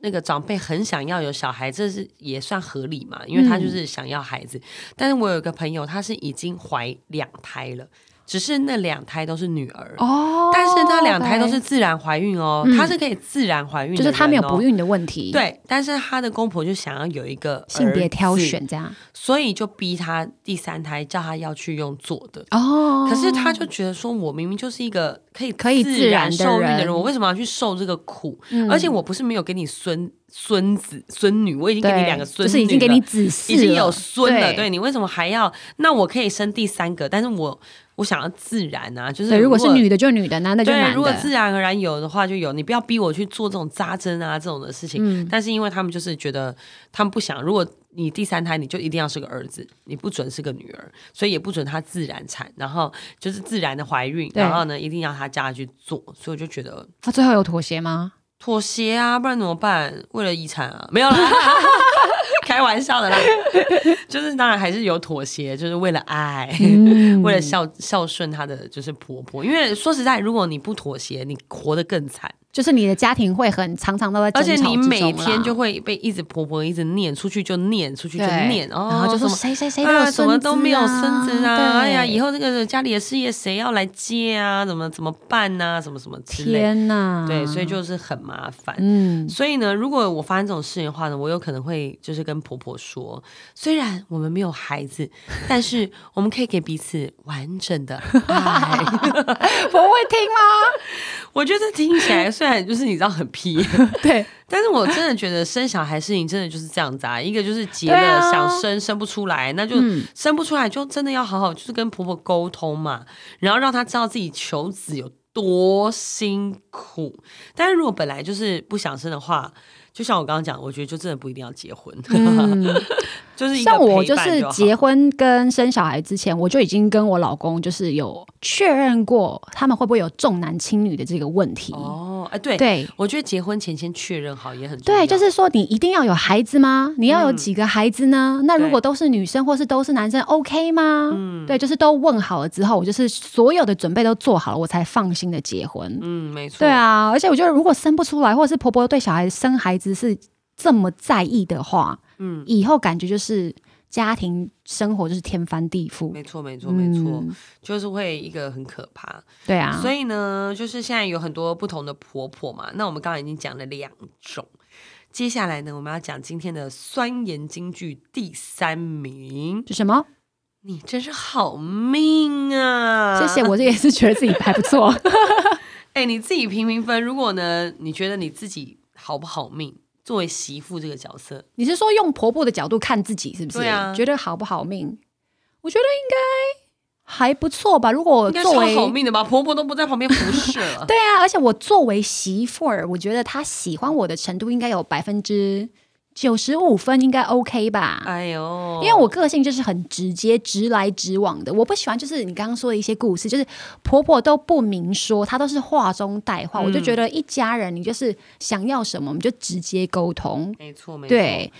Speaker 2: 那个长辈很想要有小孩，这是也算合理嘛，因为他就是想要孩子。但是我有一个朋友，她是已经怀两胎了，只是那两胎都是女儿。
Speaker 1: 哦
Speaker 2: 但是她两胎都是
Speaker 1: OK
Speaker 2: 自然怀孕哦，
Speaker 1: 嗯
Speaker 2: 她是可以自然怀孕的
Speaker 1: 就
Speaker 2: 人哦、
Speaker 1: 是他没有不孕的问题，，
Speaker 2: 对，但是她的公婆就想要有一个
Speaker 1: 性别挑
Speaker 2: 儿子，
Speaker 1: 选这样。
Speaker 2: 所以就逼她第三胎叫她要去用做的，
Speaker 1: 哦，
Speaker 2: 可是他就觉得说，我明明就是一个可以
Speaker 1: 可以自
Speaker 2: 自
Speaker 1: 然
Speaker 2: 然
Speaker 1: 的
Speaker 2: 受孕的
Speaker 1: 人
Speaker 2: 人，我为什么要去受这个苦？
Speaker 1: 嗯，
Speaker 2: 而且我不是没有给你孙孙子孙女，我已经给你
Speaker 1: 对
Speaker 2: 两个孙
Speaker 1: 就
Speaker 2: 女了，
Speaker 1: 是已经给你子嗣了，
Speaker 2: 已经有孙了，
Speaker 1: 对
Speaker 2: 对你为什么还要？那我可以生第三个，但是我我想要自然啊，就是
Speaker 1: 对，如果是女的就女的，男的就男
Speaker 2: 对，
Speaker 1: 的。
Speaker 2: 如果自然而然有的话就有，你不要逼我去做这种扎针啊这种的事情。
Speaker 1: 嗯
Speaker 2: 但是因为他们就是觉得他们不想，如果你第三胎你就一定要是个儿子，你不准是个女儿，所以也不准她自然产，然后就是自然的怀孕，
Speaker 1: 对
Speaker 2: 然后呢一定要她家去做，所以我就觉得
Speaker 1: 他啊最后有妥协吗？
Speaker 2: 妥协啊，不然怎么办？为了遗产啊， 没 有啦。开玩笑的啦， 就是当然还是有妥协，就是为了爱。
Speaker 1: 嗯
Speaker 2: 为了孝孝顺她的就是婆婆，因为说实在，如果你不妥协，你活得更惨，
Speaker 1: 就是你的家庭会很常常都在争
Speaker 2: 而且
Speaker 1: 吵
Speaker 2: 你
Speaker 1: 之
Speaker 2: 每
Speaker 1: 中啦
Speaker 2: 天就会被一直婆婆一直念出去就念出去就
Speaker 1: 对
Speaker 2: 念，哦、
Speaker 1: 然后就说
Speaker 2: 什么。
Speaker 1: 谁谁谁都有
Speaker 2: 啊，什么
Speaker 1: 孙子
Speaker 2: 都没有孙子啊！哎呀，
Speaker 1: 对
Speaker 2: 以后这个家里的事业谁要来接啊？怎么怎么办呐、什么什么之类，
Speaker 1: 天啊呐，
Speaker 2: 对，所以就是很麻烦。
Speaker 1: 嗯，
Speaker 2: 所以呢，如果我发生这种事情的话呢，我有可能会就是跟婆婆说，虽然我们没有孩子， 但是我们可以给彼此完整的爱。
Speaker 1: 不会听吗？
Speaker 2: 我觉得听起来虽然就是你知道很屁，
Speaker 1: 对，
Speaker 2: 但是我真的觉得生小孩事情真的就是这样子啊，一个就是结
Speaker 1: 对
Speaker 2: 了
Speaker 1: 啊
Speaker 2: 想生生不出来，那就
Speaker 1: 嗯
Speaker 2: 生不出来就真的要好好就是跟婆婆沟通嘛，然后让她知道自己求子有多辛苦。但是如果本来就是不想生的话，就像我刚刚讲，我觉得就真的不一定要结婚，
Speaker 1: 嗯，
Speaker 2: 就是一个
Speaker 1: 像我
Speaker 2: 陪
Speaker 1: 就
Speaker 2: 伴
Speaker 1: 是
Speaker 2: 好
Speaker 1: 结婚跟生小孩之前，我就已经跟我老公就是有确认过他们会不会有重男轻女的这个问题。
Speaker 2: 哦，哎，对，
Speaker 1: 对
Speaker 2: 我觉得结婚前先确认好也很重要。
Speaker 1: 对，就是说你一定要有孩子吗？你要有几个孩子呢？那如果都是女生或是都是男生，OK
Speaker 2: 嗯
Speaker 1: 吗？对，就是都问好了之后，我就是所有的准备都做好了，我才放心的结婚。
Speaker 2: 嗯，没错，
Speaker 1: 对，啊，而且我觉得如果生不出来，或者是婆婆对小孩生孩子是这么在意的话，嗯，以后感觉就是家庭生活就是天翻地覆。
Speaker 2: 没错，没错，没错，
Speaker 1: 嗯
Speaker 2: 就是会一个很可怕。
Speaker 1: 对啊，
Speaker 2: 所以呢，就是现在有很多不同的婆婆嘛。那我们刚刚已经讲了两种，接下来呢，我们要讲今天的酸言金句第三名。
Speaker 1: 就什么？
Speaker 2: 你真是好命啊！
Speaker 1: 谢谢，。我这也是觉得自己还不错。
Speaker 2: 哎、你自己评评分。如果呢，你觉得你自己好不好命？作为媳妇这个角色，
Speaker 1: 你是说用婆婆的角度看自己，是不是？
Speaker 2: 对啊
Speaker 1: 觉得好不好命？我觉得应该还不错吧。如果我
Speaker 2: 应该
Speaker 1: 作
Speaker 2: 超
Speaker 1: 为
Speaker 2: 好命的吧？婆婆都不在旁边服侍 了。
Speaker 1: 对啊，而且我作为媳妇儿，我觉得她喜欢我的程度应该有百分之九十五分，应该 OK 吧？
Speaker 2: 哎呦，
Speaker 1: 因为我个性就是很直接、直来直往的，我不喜欢就是你刚刚说的一些故事，就是婆婆都不明说，她都是话中带话，我就
Speaker 2: 嗯
Speaker 1: 觉得一家人你就是想要什么，我们就直接沟通。
Speaker 2: 没错没错，
Speaker 1: 对，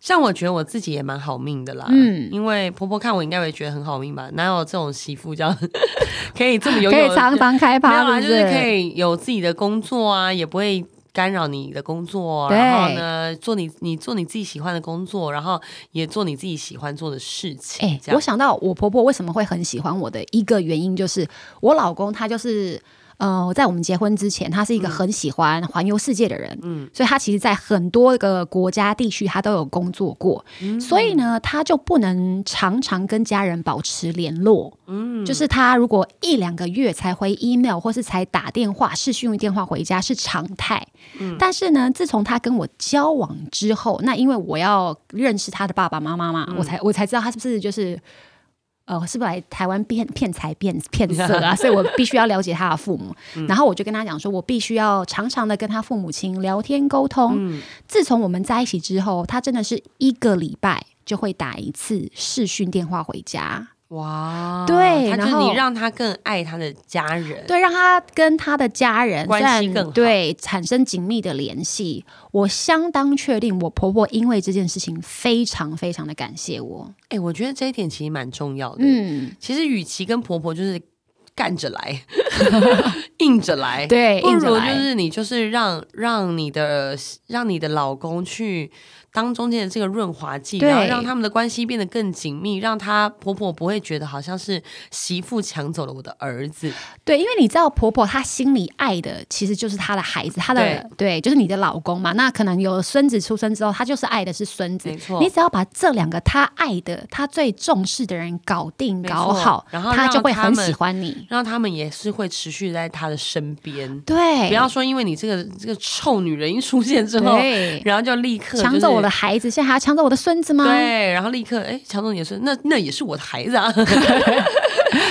Speaker 2: 像我觉得我自己也蛮好命的啦，
Speaker 1: 嗯
Speaker 2: 因为婆婆看我应该会觉得很好命吧？哪有这种媳妇这样 可以这么有
Speaker 1: 可以
Speaker 2: 有
Speaker 1: 常常开
Speaker 2: 没有
Speaker 1: 趴，
Speaker 2: 啊，
Speaker 1: 是
Speaker 2: 就
Speaker 1: 不
Speaker 2: 是
Speaker 1: 是？
Speaker 2: 可以有自己的工作啊，也不会干扰你的工作，啊
Speaker 1: 对
Speaker 2: 然后呢，做你你做你自己喜欢的工作，然后也做你自己喜欢做的事情，
Speaker 1: 哎、
Speaker 2: 这样
Speaker 1: 我想到我婆婆为什么会很喜欢我的一个原因，就是我老公他就是。呃，在我们结婚之前，他是一
Speaker 2: 嗯
Speaker 1: 个很喜欢环游世界的人，嗯，所以他其实，在很多个国家地区，他都有工作过，
Speaker 2: 嗯
Speaker 1: 所以呢，他就不能常常跟家人保持联络，嗯，就是他如果一两个月才回 email 或是才打电话、视讯电话回家是常态，但是呢，自从他跟我交往之后，那因为我要认识他的爸爸妈妈嘛，我才我才知道他是不是就是。呃，是不是来台湾骗骗财骗骗色啊？所以我必须要了解他的父母。然后我就跟他讲说，我必须要常常的跟他父母亲聊天沟通。自从我们在一起之后，他真的是一个礼拜就会打一次视讯电话回家。
Speaker 2: 哇，
Speaker 1: 对
Speaker 2: 她就
Speaker 1: 然
Speaker 2: 是
Speaker 1: 后
Speaker 2: 你让她更爱她的家人，
Speaker 1: 对，让他跟他的家人
Speaker 2: 关系
Speaker 1: 虽然
Speaker 2: 更好
Speaker 1: 对产生紧密的联系。我相当确定，我婆婆因为这件事情非常非常的感谢我。
Speaker 2: 哎、我觉得这一点其实蛮重要的，
Speaker 1: 嗯，
Speaker 2: 其实与其跟婆婆就是干着来， 硬着来，
Speaker 1: 对，
Speaker 2: 不
Speaker 1: 哎硬着
Speaker 2: 如就
Speaker 1: 来，
Speaker 2: 是你就是让让你的让你的老公去当中间的这个润滑剂，
Speaker 1: 对
Speaker 2: 然后让他们的关系变得更紧密，让她婆婆不会觉得好像是媳妇抢走了我的儿子。
Speaker 1: 对，因为你知道，婆婆她心里爱的其实就是她的孩子，她的对，就是你的老公嘛。那可能有了孙子出生之后，她就是爱的是孙子
Speaker 2: 没。错
Speaker 1: 你只要把这两个她爱的、她最重视的人搞定、
Speaker 2: 没
Speaker 1: 搞
Speaker 2: 错
Speaker 1: 好，
Speaker 2: 然后
Speaker 1: 她
Speaker 2: 让
Speaker 1: 就会
Speaker 2: 他
Speaker 1: 很
Speaker 2: 们
Speaker 1: 喜欢你。
Speaker 2: 让他们也是会持续在她的身边。
Speaker 1: 对，
Speaker 2: 不要说因为你这个这个臭女人一出现之后，
Speaker 1: 对
Speaker 2: 然后就立刻
Speaker 1: 抢
Speaker 2: 就是
Speaker 1: 走我的孩子，现在还要抢走我的孙子吗？
Speaker 2: 对，然后立刻哎，强总也是，那那也是我的孩子 啊，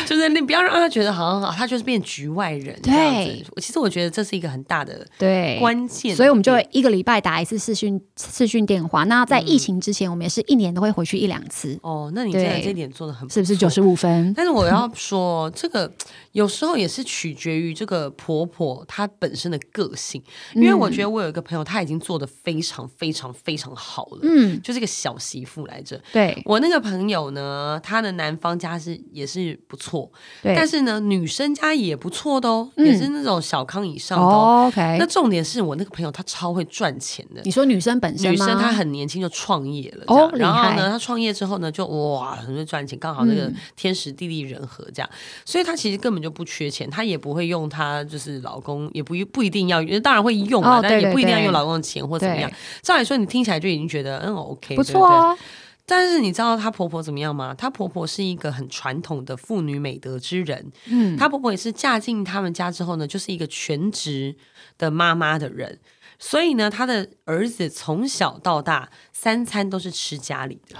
Speaker 2: 就是你不要让他觉得好像啊，他就是变局外人这样
Speaker 1: 对
Speaker 2: 子。我其实我觉得这是一个很大的
Speaker 1: 对，
Speaker 2: 关键，
Speaker 1: 所以我们就会一个礼拜打一次视讯视讯电话。那在
Speaker 2: 嗯
Speaker 1: 疫情之前，我们也是一年都会回去一两次，
Speaker 2: 哦，那你真的
Speaker 1: 对
Speaker 2: 这点做的很
Speaker 1: 是不是
Speaker 2: 错
Speaker 1: 九？十五分？
Speaker 2: 但是我要说，这个有时候也是取决于这个婆婆她本身的个性，因为我觉得我有一个朋友，她已经做的非常非常非常好了，
Speaker 1: 嗯，
Speaker 2: 就是一个小媳妇来着。
Speaker 1: 对
Speaker 2: 我那个朋友呢，她的男方家是也是不错，
Speaker 1: 对。
Speaker 2: 但是呢，女生家也不错的哦，
Speaker 1: 嗯
Speaker 2: 也是那种小康以上的、哦。
Speaker 1: 哦
Speaker 2: 那
Speaker 1: ，OK，
Speaker 2: 重点是我那个朋友她超会赚钱的。
Speaker 1: 你说女生本身
Speaker 2: 女
Speaker 1: 吗？
Speaker 2: 生她很年轻就创业了，这样
Speaker 1: 哦
Speaker 2: 然后
Speaker 1: 厉
Speaker 2: 呢，
Speaker 1: 害嗯
Speaker 2: 她创业之后呢，就哇很会赚钱，刚好那个天时地利人和这样，所以她其实根本就不缺钱，她也不会用她就是老公，也不不一定要，当然会用啊，
Speaker 1: 哦
Speaker 2: 但
Speaker 1: 对
Speaker 2: 也
Speaker 1: 对
Speaker 2: 不一定要
Speaker 1: 对
Speaker 2: 用老公的钱或怎么样
Speaker 1: 对。
Speaker 2: 照理说你听起来就已经觉得嗯 OK
Speaker 1: 不
Speaker 2: 对
Speaker 1: 错
Speaker 2: 对
Speaker 1: 哦，
Speaker 2: 但是你知道她婆婆怎么样吗？她婆婆是一个很传统的妇女美德之人，
Speaker 1: 嗯，
Speaker 2: 她婆婆也是嫁进他们家之后呢，就是一个全职的妈妈的人。所以呢，他的儿子从小到大三餐都是吃家里 的，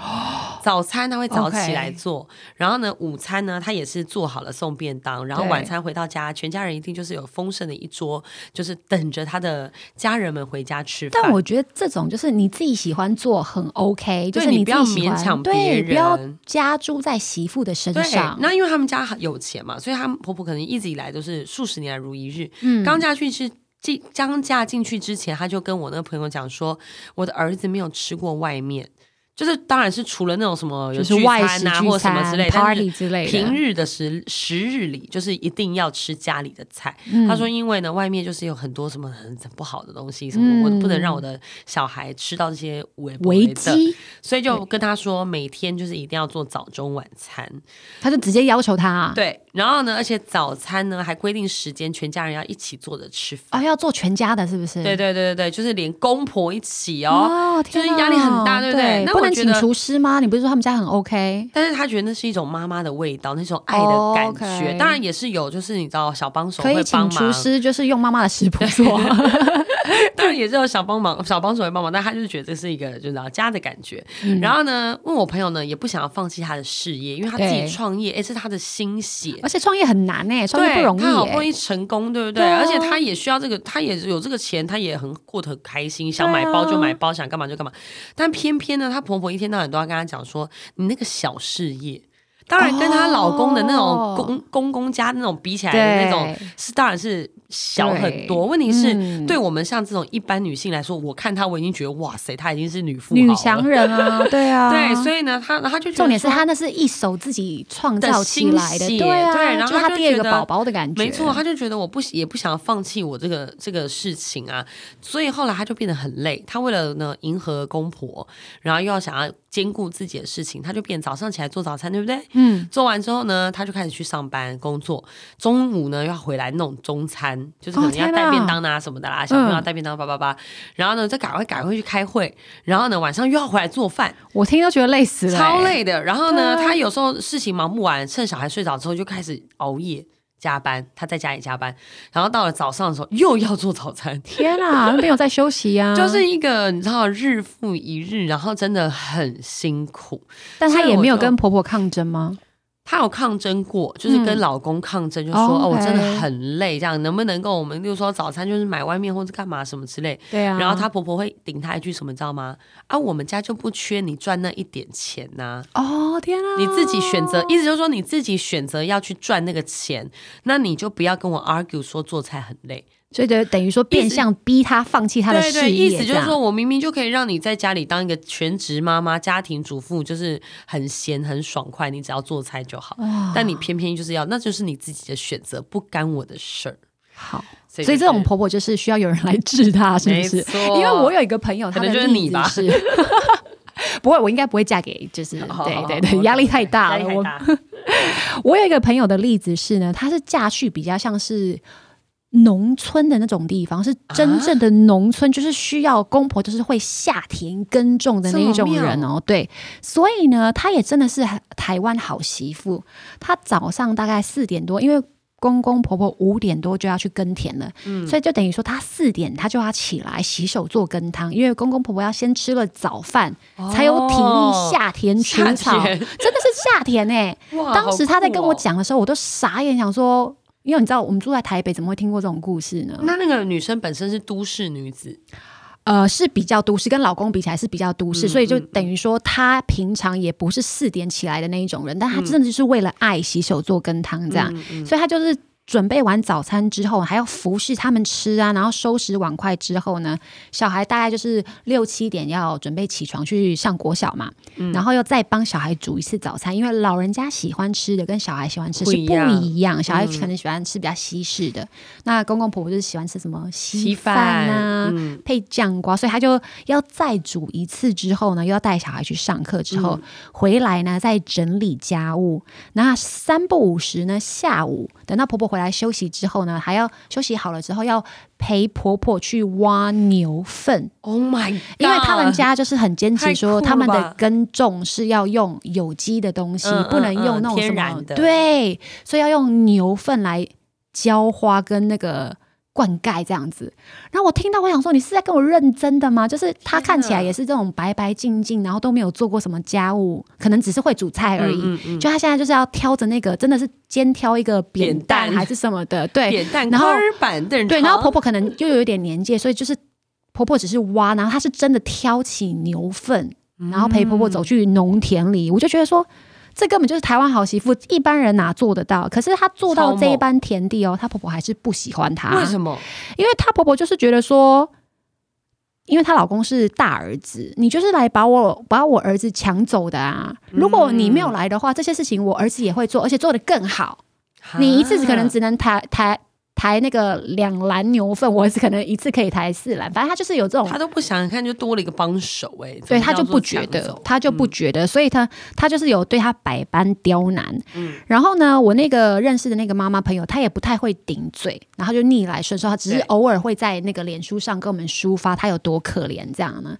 Speaker 2: 早餐他会早起来
Speaker 1: OK
Speaker 2: 做然后呢，午餐呢他也是做好了送便当，然后
Speaker 1: 对
Speaker 2: 晚餐回到家，全家人一定就是有丰盛的一桌，就是等着他的家人们回家吃饭。
Speaker 1: 但我觉得这种就是你自己喜欢做很 OK，就是
Speaker 2: 你
Speaker 1: 你
Speaker 2: 不
Speaker 1: 自
Speaker 2: 要
Speaker 1: 己喜
Speaker 2: 勉
Speaker 1: 欢，
Speaker 2: 强别
Speaker 1: 对，不要
Speaker 2: 人
Speaker 1: 加诸在媳妇的身
Speaker 2: 对
Speaker 1: 上，。
Speaker 2: 那因为他们家有钱嘛，所以他们婆婆可能一直以来都是数十年来如一日，
Speaker 1: 嗯
Speaker 2: 刚嫁去之进刚嫁进去之前，他就跟我那个朋友讲说，我的儿子没有吃过外面，就是当然是除了那种什么有
Speaker 1: 就是
Speaker 2: 聚
Speaker 1: 外
Speaker 2: 餐
Speaker 1: 食
Speaker 2: 啊
Speaker 1: 聚
Speaker 2: 或什么之类，但是
Speaker 1: ，party 之类的，
Speaker 2: 平日的时时日里，就是一定要吃家里的菜。
Speaker 1: 嗯
Speaker 2: 他说，因为呢，外面就是有很多什么很不好的东西，什么我
Speaker 1: 嗯
Speaker 2: 不能让我的小孩吃到这些危
Speaker 1: 危
Speaker 2: 的，
Speaker 1: 机，
Speaker 2: 所以就跟他说，每天就是一定要做早中晚餐。
Speaker 1: 他就直接要求他，啊
Speaker 2: 对，然后呢，而且早餐呢还规定时间，全家人要一起坐着吃饭。
Speaker 1: 哦，要做全家的，是不是？
Speaker 2: 对对对对对，就是连公婆一起哦。
Speaker 1: 哦，
Speaker 2: 就是
Speaker 1: 天哪
Speaker 2: 压力很大
Speaker 1: 对
Speaker 2: 对不对那
Speaker 1: 不
Speaker 2: 我
Speaker 1: 能
Speaker 2: 觉
Speaker 1: 请
Speaker 2: 得
Speaker 1: 厨师吗？你不是说他们家很 OK？
Speaker 2: 但是他觉得那是一种妈妈的味道，那种爱的感觉。
Speaker 1: 哦，OK
Speaker 2: 当然也是有，就是你知道小帮手
Speaker 1: 可以
Speaker 2: 会帮
Speaker 1: 请厨
Speaker 2: 忙，
Speaker 1: 师，就是用妈妈的食谱 做。
Speaker 2: 当然也是有小帮忙、 小帮手会帮忙，但他就是觉得这是一个就是老家的感觉。
Speaker 1: 嗯
Speaker 2: 然后呢，问我朋友呢，也不想要放弃他的事业，因为他自己
Speaker 1: 对
Speaker 2: 创业，哎，是他的心血。
Speaker 1: 而且创业很难哎，创业
Speaker 2: 对，
Speaker 1: 不容易
Speaker 2: 他好不容
Speaker 1: 哎。
Speaker 2: 易成功，对不对？
Speaker 1: 对啊
Speaker 2: 而且他也需要这个，他也有这个钱，他也很过得很开心，想买包就买包，想干嘛就干嘛。但偏偏呢，她婆婆一天到晚都要跟她讲说，你那个小事业。当然，跟她老公的那种
Speaker 1: 哦
Speaker 2: 公、公公家那种比起来的那种
Speaker 1: 对，
Speaker 2: 是当然是小很多。
Speaker 1: 对
Speaker 2: 问题是，
Speaker 1: 嗯
Speaker 2: 对我们像这种一般女性来说，我看她我已经觉得哇塞，她已经是女富豪
Speaker 1: 女
Speaker 2: 了
Speaker 1: 强人啊，对啊，
Speaker 2: 对，所以呢，她然后她就觉得
Speaker 1: 重点是
Speaker 2: 说
Speaker 1: 他那是一手自己创造起来
Speaker 2: 的
Speaker 1: 的
Speaker 2: 心，血
Speaker 1: 啊，
Speaker 2: 对然后
Speaker 1: 就是
Speaker 2: 他
Speaker 1: 他
Speaker 2: 就
Speaker 1: 第二个
Speaker 2: 觉得
Speaker 1: 宝宝的感觉，
Speaker 2: 没错，他就觉得我不也不想放弃我这个这个事情啊，所以后来他就变得很累。他为了呢迎合公婆，然后又要想要兼顾自己的事情，他就变早上起来做早餐，对不对？
Speaker 1: 嗯，
Speaker 2: 做完之后呢，他就开始去上班工作，中午呢又要回来弄中餐，就是可能要
Speaker 1: 天
Speaker 2: 带
Speaker 1: 哪
Speaker 2: 便当啊什么的啦，小朋友要
Speaker 1: 嗯
Speaker 2: 带便当叭叭叭，然后呢再赶快赶回去开会，然后呢晚上又要回来做饭，
Speaker 1: 我听都觉得累死了、
Speaker 2: 超。累的。然后呢，
Speaker 1: 对啊
Speaker 2: 他有时候事情忙不完，趁小孩睡着之后就开始熬夜加班。他在家里加班，然后到了早上的时候又要做早餐，
Speaker 1: 天啊，那边有在休息啊，
Speaker 2: 就是一个你知道日复一日，然后真的很辛苦。
Speaker 1: 但她也没有
Speaker 2: 所以我就
Speaker 1: 跟婆婆抗争吗？
Speaker 2: 她有抗争过，就是跟
Speaker 1: 嗯
Speaker 2: 老公抗争，就说、
Speaker 1: 哦
Speaker 2: 哦，我真的
Speaker 1: OK
Speaker 2: 很累，这样能不能够我们，例如说早餐就是买外面或者干嘛什么之类。
Speaker 1: 对啊，
Speaker 2: 然后她婆婆会顶她一句什么，你知道吗？啊，我们家就不缺你赚那一点钱呐、
Speaker 1: 哦天啊，
Speaker 2: 你自己选择，意思就是说你自己选择要去赚那个钱，那你就不要跟我 argue 说做菜很累。
Speaker 1: 所以就等于说变相逼她放弃她的
Speaker 2: 对
Speaker 1: 事
Speaker 2: 对，
Speaker 1: 业，
Speaker 2: 意思就是
Speaker 1: 这
Speaker 2: 说
Speaker 1: 样，
Speaker 2: 我明明就可以让你在家里当一个全职妈妈、家庭主妇，就是很闲很爽快，你只要做菜就好。
Speaker 1: 哇
Speaker 2: 但你偏偏就是要，那就是你自己的选择，不干我的事儿。
Speaker 1: 好，
Speaker 2: 所
Speaker 1: 所以
Speaker 2: 就
Speaker 1: 这种
Speaker 2: 是
Speaker 1: 婆婆就是需要有人来治她，是不是
Speaker 2: 没？错
Speaker 1: 因为我有一个朋友，她的
Speaker 2: 可能就是
Speaker 1: 例
Speaker 2: 你
Speaker 1: 子
Speaker 2: 吧
Speaker 1: 是。 不会，我应该不会嫁给，就是
Speaker 2: 好好好
Speaker 1: 对对
Speaker 2: 好
Speaker 1: 对，
Speaker 2: 好
Speaker 1: 压力太大了。
Speaker 2: 压力太
Speaker 1: 我
Speaker 2: 大
Speaker 1: 我有一个朋友的例子是呢，她是嫁去比较像是农村的那种地方，是真
Speaker 2: 啊
Speaker 1: 正的农村，就是需要公婆就是会下田耕种的那一种
Speaker 2: 这
Speaker 1: 人哦。对，所以呢，她也真的是台湾好媳妇。她早上大概四点多，因为。公公婆婆五点多就要去耕田了，
Speaker 2: 嗯
Speaker 1: 所以就等于说她四点她就要起来洗手做羹汤，因为公公婆婆要先吃了早饭，才有体力下田除
Speaker 2: 哦下
Speaker 1: 草，真
Speaker 2: 田
Speaker 1: 的是夏田哎、
Speaker 2: 哇
Speaker 1: 当时他在跟我。
Speaker 2: 好酷哦
Speaker 1: 讲的时候，我都傻眼，想说，因为你知道我们住在台北，怎么会听过这种故事呢？
Speaker 2: 哦那那个女生本身是都市女子，
Speaker 1: 呃，是比较都市，跟老公比起来是比较都市，
Speaker 2: 嗯
Speaker 1: 所以就
Speaker 2: 嗯
Speaker 1: 等于说她平常也不是四点起来的那一种人，但她真的就是为了爱洗手做羹汤这样，所以她就是。准备完早餐之后，还要服侍他们吃啊，然后收拾碗筷之后呢，小孩大概就是六七点要准备起床去上国小嘛，然后又再帮小孩煮一次早餐，因为老人家喜欢吃的跟小孩喜欢吃是
Speaker 2: 不一
Speaker 1: 不
Speaker 2: 样
Speaker 1: 一样，小孩可能喜欢吃比较西式的，那公公婆婆就是喜欢吃什么
Speaker 2: 稀
Speaker 1: 稀
Speaker 2: 饭
Speaker 1: 饭啊，配酱瓜，所以他就要再煮一次之后呢，又要带小孩去上课，之后、回来呢再整理家务。那三不五时呢，下午等到婆婆回来休息之后呢，还要休息好了之后要陪婆婆去挖牛粪，
Speaker 2: ，Oh my，God
Speaker 1: 因为他们家就是很坚
Speaker 2: 太
Speaker 1: 持
Speaker 2: 酷
Speaker 1: 说，
Speaker 2: 了吧
Speaker 1: 他们的耕种是要用有机的东西，
Speaker 2: 嗯
Speaker 1: 不能
Speaker 2: 嗯嗯
Speaker 1: 用那种什
Speaker 2: 天
Speaker 1: 么
Speaker 2: 然的
Speaker 1: 对，所以要用牛粪来浇花跟那个灌溉这样子。然后我听到，我想说，你是在跟我认真的吗？就是他看起来也是这种白白净净，然后都没有做过什么家务，可能只是会煮菜而已。
Speaker 2: 嗯嗯嗯
Speaker 1: 就他现在就是要挑着那个，真的是肩挑一个扁
Speaker 2: 扁担
Speaker 1: 担还是什么的，对，
Speaker 2: 扁担、
Speaker 1: 然后
Speaker 2: 宽板凳，
Speaker 1: 对，然后婆婆可能又有一点年纪，所以就是婆婆只是挖，然后她是真的挑起牛粪，
Speaker 2: 嗯
Speaker 1: 然后陪婆婆走去农田里。我就觉得说，这根本就是台湾好媳妇，一般人哪做得到？可是她做
Speaker 2: 超
Speaker 1: 到
Speaker 2: 猛
Speaker 1: 这一般田地哦，她婆婆还是不喜欢她。
Speaker 2: 为什么？
Speaker 1: 因为她婆婆就是觉得说，因为她老公是大儿子，你就是来把我把我儿子抢走的啊！如果你
Speaker 2: 嗯
Speaker 1: 没有来的话，这些事情我儿子也会做，而且做得更好。
Speaker 2: 啊
Speaker 1: 你一次只可能只能抬抬抬那个两篮牛粪，我儿子可能一次可以抬四篮，反正他就是有这种
Speaker 2: 啊他。都不想想看，就多了一个帮手哎、
Speaker 1: 对
Speaker 2: 怎么
Speaker 1: 他就
Speaker 2: 叫做
Speaker 1: 不觉
Speaker 2: 抢
Speaker 1: 得
Speaker 2: 走，嗯
Speaker 1: 他就不觉得，所以他他就是有对他百般刁难。
Speaker 2: 嗯
Speaker 1: 然后呢，我那个认识的那个妈妈朋友，她也不太会顶嘴，然后她就逆来顺受，她只是
Speaker 2: 对
Speaker 1: 偶尔会在那个脸书上跟我们抒发她有多可怜这样呢。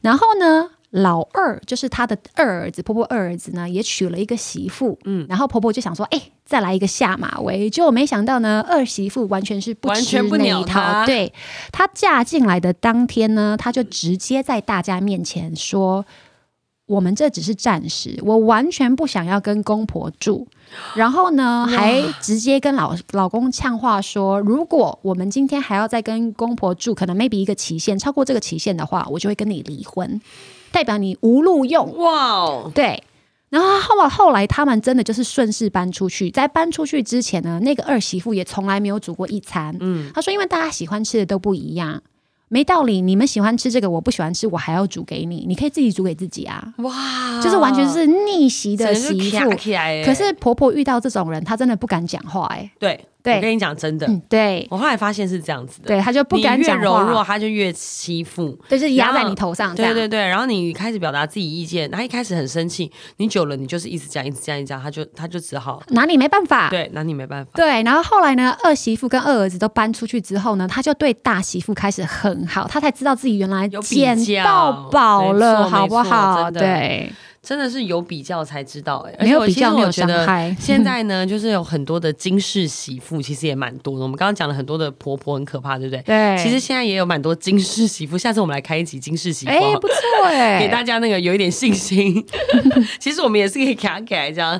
Speaker 1: 然后呢，老二就是她的二儿子，婆婆二儿子呢也娶了一个媳妇，
Speaker 2: 嗯
Speaker 1: 嗯，然后婆婆就想说，哎、再来一个下马威，结果没想到呢，二媳妇完全是不
Speaker 2: 完
Speaker 1: 吃
Speaker 2: 全不
Speaker 1: 那
Speaker 2: 鸟
Speaker 1: 一
Speaker 2: 她
Speaker 1: 套，对她嫁进来的当天呢，她就直接在大家面前说。我们这只是暂时，我完全不想要跟公婆住。然后呢，还直接跟老老公呛话说，如果我们今天还要再跟公婆住，可能 maybe 一个期限，超过这个期限的话，我就会跟你离婚，代表你无路用。
Speaker 2: 哇哦，
Speaker 1: 对。然后后来后来他们真的就是顺势搬出去，在搬出去之前呢，那个二媳妇也从来没有煮过一餐。
Speaker 2: 嗯
Speaker 1: 嗯，她说因为大家喜欢吃的都不一样，没道理你们喜欢吃这个，我不喜欢吃，我还要煮给你，你可以自己煮给自己啊，
Speaker 2: 哇，
Speaker 1: 就是完全是逆袭的
Speaker 2: 整个就
Speaker 1: 媳妇
Speaker 2: 卡。起来欸
Speaker 1: 可是婆婆遇到这种人，她真的不敢讲话、哎，
Speaker 2: 对
Speaker 1: 对
Speaker 2: 我跟你讲真的，
Speaker 1: 嗯，对
Speaker 2: 我后来发现是这样子的，
Speaker 1: 对，她就不敢
Speaker 2: 你越
Speaker 1: 讲
Speaker 2: 柔弱，
Speaker 1: 话，
Speaker 2: 他就越欺负。
Speaker 1: 就是压
Speaker 2: 然
Speaker 1: 在
Speaker 2: 后
Speaker 1: 你头上这
Speaker 2: 对
Speaker 1: 样。
Speaker 2: 对对，然后你开始表达自己意见，他一开始很生气，你久了你就是一直这样，一直这样，一直这样，他就他就只好
Speaker 1: 哪里没办法？
Speaker 2: 对，那你没办法。
Speaker 1: 对，然后后来呢，二媳妇跟二儿子都搬出去之后呢，她就对大媳妇开始很好，她才知道自己原来
Speaker 2: 有比
Speaker 1: 捡
Speaker 2: 较
Speaker 1: 到宝
Speaker 2: 没
Speaker 1: 了，
Speaker 2: 错
Speaker 1: 好不
Speaker 2: 没错
Speaker 1: 好？
Speaker 2: 真的
Speaker 1: 对，
Speaker 2: 真的是有比较才知道哎、而
Speaker 1: 没
Speaker 2: 且
Speaker 1: 有
Speaker 2: 我
Speaker 1: 比
Speaker 2: 其实
Speaker 1: 较，没
Speaker 2: 我
Speaker 1: 有
Speaker 2: 觉
Speaker 1: 伤
Speaker 2: 得。
Speaker 1: 害
Speaker 2: 现在呢，就是有很多的金氏媳妇，其实也蛮多的。我们刚刚讲了很多的婆婆很可怕，对不对？
Speaker 1: 对，
Speaker 2: 其实现在也有蛮多金氏媳妇，下次我们来开一集金氏媳妇
Speaker 1: 哎、
Speaker 2: 好了，
Speaker 1: 不错哎、
Speaker 2: 给大家那个有一点 信心。其实我们也是可以卡起来这样，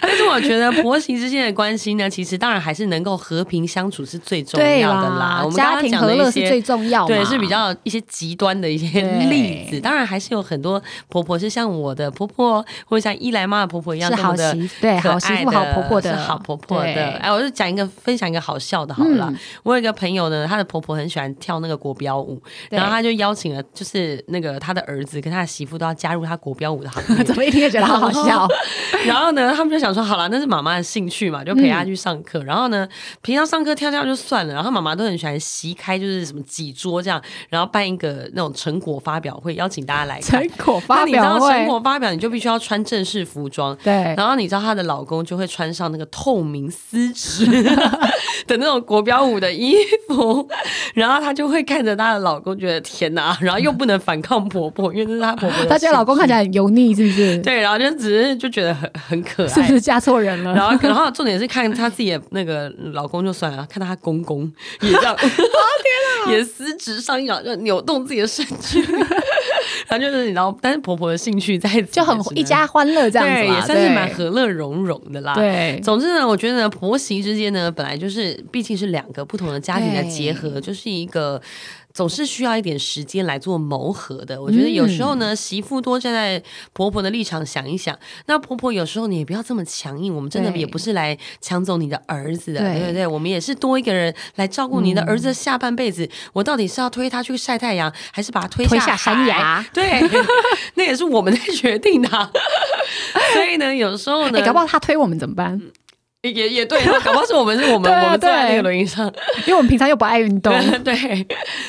Speaker 2: 但是我觉得婆媳之间的关系呢，其实当然还是能够和平相处是最重
Speaker 1: 对
Speaker 2: 要的
Speaker 1: 啦。
Speaker 2: 啦我，们刚
Speaker 1: 家
Speaker 2: 刚
Speaker 1: 庭
Speaker 2: 讲
Speaker 1: 和
Speaker 2: 的
Speaker 1: 乐
Speaker 2: 一
Speaker 1: 是
Speaker 2: 些
Speaker 1: 最。重要嘛，
Speaker 2: 对，是比较一些极端的一些
Speaker 1: 对
Speaker 2: 例子。当然，还是有很多婆婆是像我的婆婆，或者像伊莱妈的婆婆一样，
Speaker 1: 是
Speaker 2: 这么
Speaker 1: 好
Speaker 2: 的
Speaker 1: 媳对
Speaker 2: 可
Speaker 1: 好媳
Speaker 2: 爱
Speaker 1: 妇、
Speaker 2: 的
Speaker 1: 好婆婆
Speaker 2: 是
Speaker 1: 的
Speaker 2: 好婆婆的。
Speaker 1: 对嗯
Speaker 2: 哎，我就讲一个分享一个好笑的好了啦。我有一个朋友呢，她的婆婆很喜欢跳那个国标舞，
Speaker 1: 对。
Speaker 2: 然后她就邀请了，就是那个她的儿子跟她的媳妇都要加入她国标舞的行 列
Speaker 1: 怎么一听就觉得好好笑？
Speaker 2: 哦然后呢，他们就想说，好了，那是妈妈的兴趣嘛，就陪
Speaker 1: 嗯
Speaker 2: 她去上课。然后呢，平常上课跳跳就算了，然后妈妈都很喜欢席开，就是什么几桌这样，然后办一个那种成果发表会，邀请大家来看。
Speaker 1: 成果
Speaker 2: 那
Speaker 1: 发
Speaker 2: 你知道
Speaker 1: 表
Speaker 2: 成
Speaker 1: 会，
Speaker 2: 果发表，你就必须要穿正式服装，
Speaker 1: 对，
Speaker 2: 然后你知道她的老公就会穿上那个透明丝质 的那种国标舞的衣服， 然后她就会看着她的老公，觉得天哪，然后又不能反抗婆婆，因为这是她婆婆的。
Speaker 1: 她觉得老公看起来很油腻，是不是？
Speaker 2: 对，然后就只是就觉得很很可
Speaker 1: 是不
Speaker 2: 爱。
Speaker 1: 是嫁错人了？
Speaker 2: 然后，然后重点是看她自己的那个老公就算了，看到她公公也这样，
Speaker 1: 哦
Speaker 2: 也丝质上扬，就扭动自己的身躯。 然后就是你知道，但是婆婆的兴趣在
Speaker 1: 就很一家欢乐这样
Speaker 2: 对，
Speaker 1: 子
Speaker 2: 也
Speaker 1: 嘛，
Speaker 2: 算是
Speaker 1: 对
Speaker 2: 蛮和乐融融的啦。
Speaker 1: 对
Speaker 2: 总之呢，我觉得婆媳之间呢，本来就是毕竟是两个不同的家庭的结合，就是一个总是需要一点时间来做磨合的。我觉得有时候
Speaker 1: 嗯
Speaker 2: 呢，媳妇多站在婆婆的立场想一想，那婆婆有时候你也不要这么强硬，我们真的
Speaker 1: 对
Speaker 2: 也不是来抢走你的儿子的，对
Speaker 1: 对嗯
Speaker 2: 对对，我们也是多一个人来照顾你的儿子的下半辈子。我到底是要推他去晒太阳，还是把他推
Speaker 1: 推
Speaker 2: 下
Speaker 1: 下山
Speaker 2: 海
Speaker 1: 崖？
Speaker 2: 对， 那也是我们在决定的啊、 所以呢，有时候呢，
Speaker 1: 哎、搞不好他推我们怎么办？
Speaker 2: 也也对，搞不好是我们是我们，
Speaker 1: 对啊
Speaker 2: 我们坐在
Speaker 1: 对
Speaker 2: 那个轮椅上，
Speaker 1: 因为我们平常又不爱运动，
Speaker 2: 对。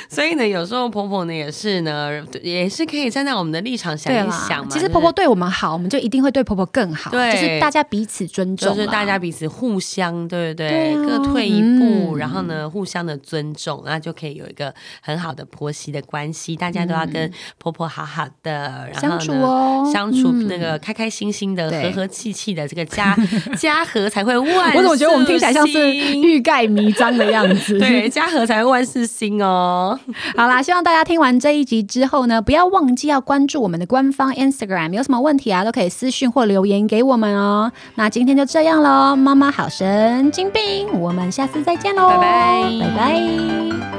Speaker 2: 所以呢，有时候婆婆呢也是呢，也是可以站在我们的立场想
Speaker 1: 对
Speaker 2: 一
Speaker 1: 啦
Speaker 2: 想嘛。
Speaker 1: 其
Speaker 2: 就
Speaker 1: 实
Speaker 2: 是
Speaker 1: 婆婆对我们好，我们就一定会对婆婆更好，
Speaker 2: 对
Speaker 1: 就是大家彼此尊重
Speaker 2: 就
Speaker 1: 啦，
Speaker 2: 是大家彼此互相，对不对？
Speaker 1: 对啊
Speaker 2: 各退一步，
Speaker 1: 嗯
Speaker 2: 然后呢，互相的尊重，那就可以有一个很好的婆媳的关系。大家都要跟婆婆好好的，然后
Speaker 1: 嗯相
Speaker 2: 呢
Speaker 1: 处哦，
Speaker 2: 相处
Speaker 1: 嗯
Speaker 2: 那个开开心心的、
Speaker 1: 对
Speaker 2: 和和气气的，这个家家和才会万，
Speaker 1: 我怎么觉得我们听起来像是欲盖弥彰的样子？
Speaker 2: 对，家和才万事兴哦。
Speaker 1: 好啦，希望大家听完这一集之后呢，不要忘记要关注我们的官方 Instagram，有什么问题啊，都可以私讯或留言给我们哦。那今天就这样喽，妈妈好神经病，我们下次再见喽，
Speaker 2: 拜拜
Speaker 1: 拜拜。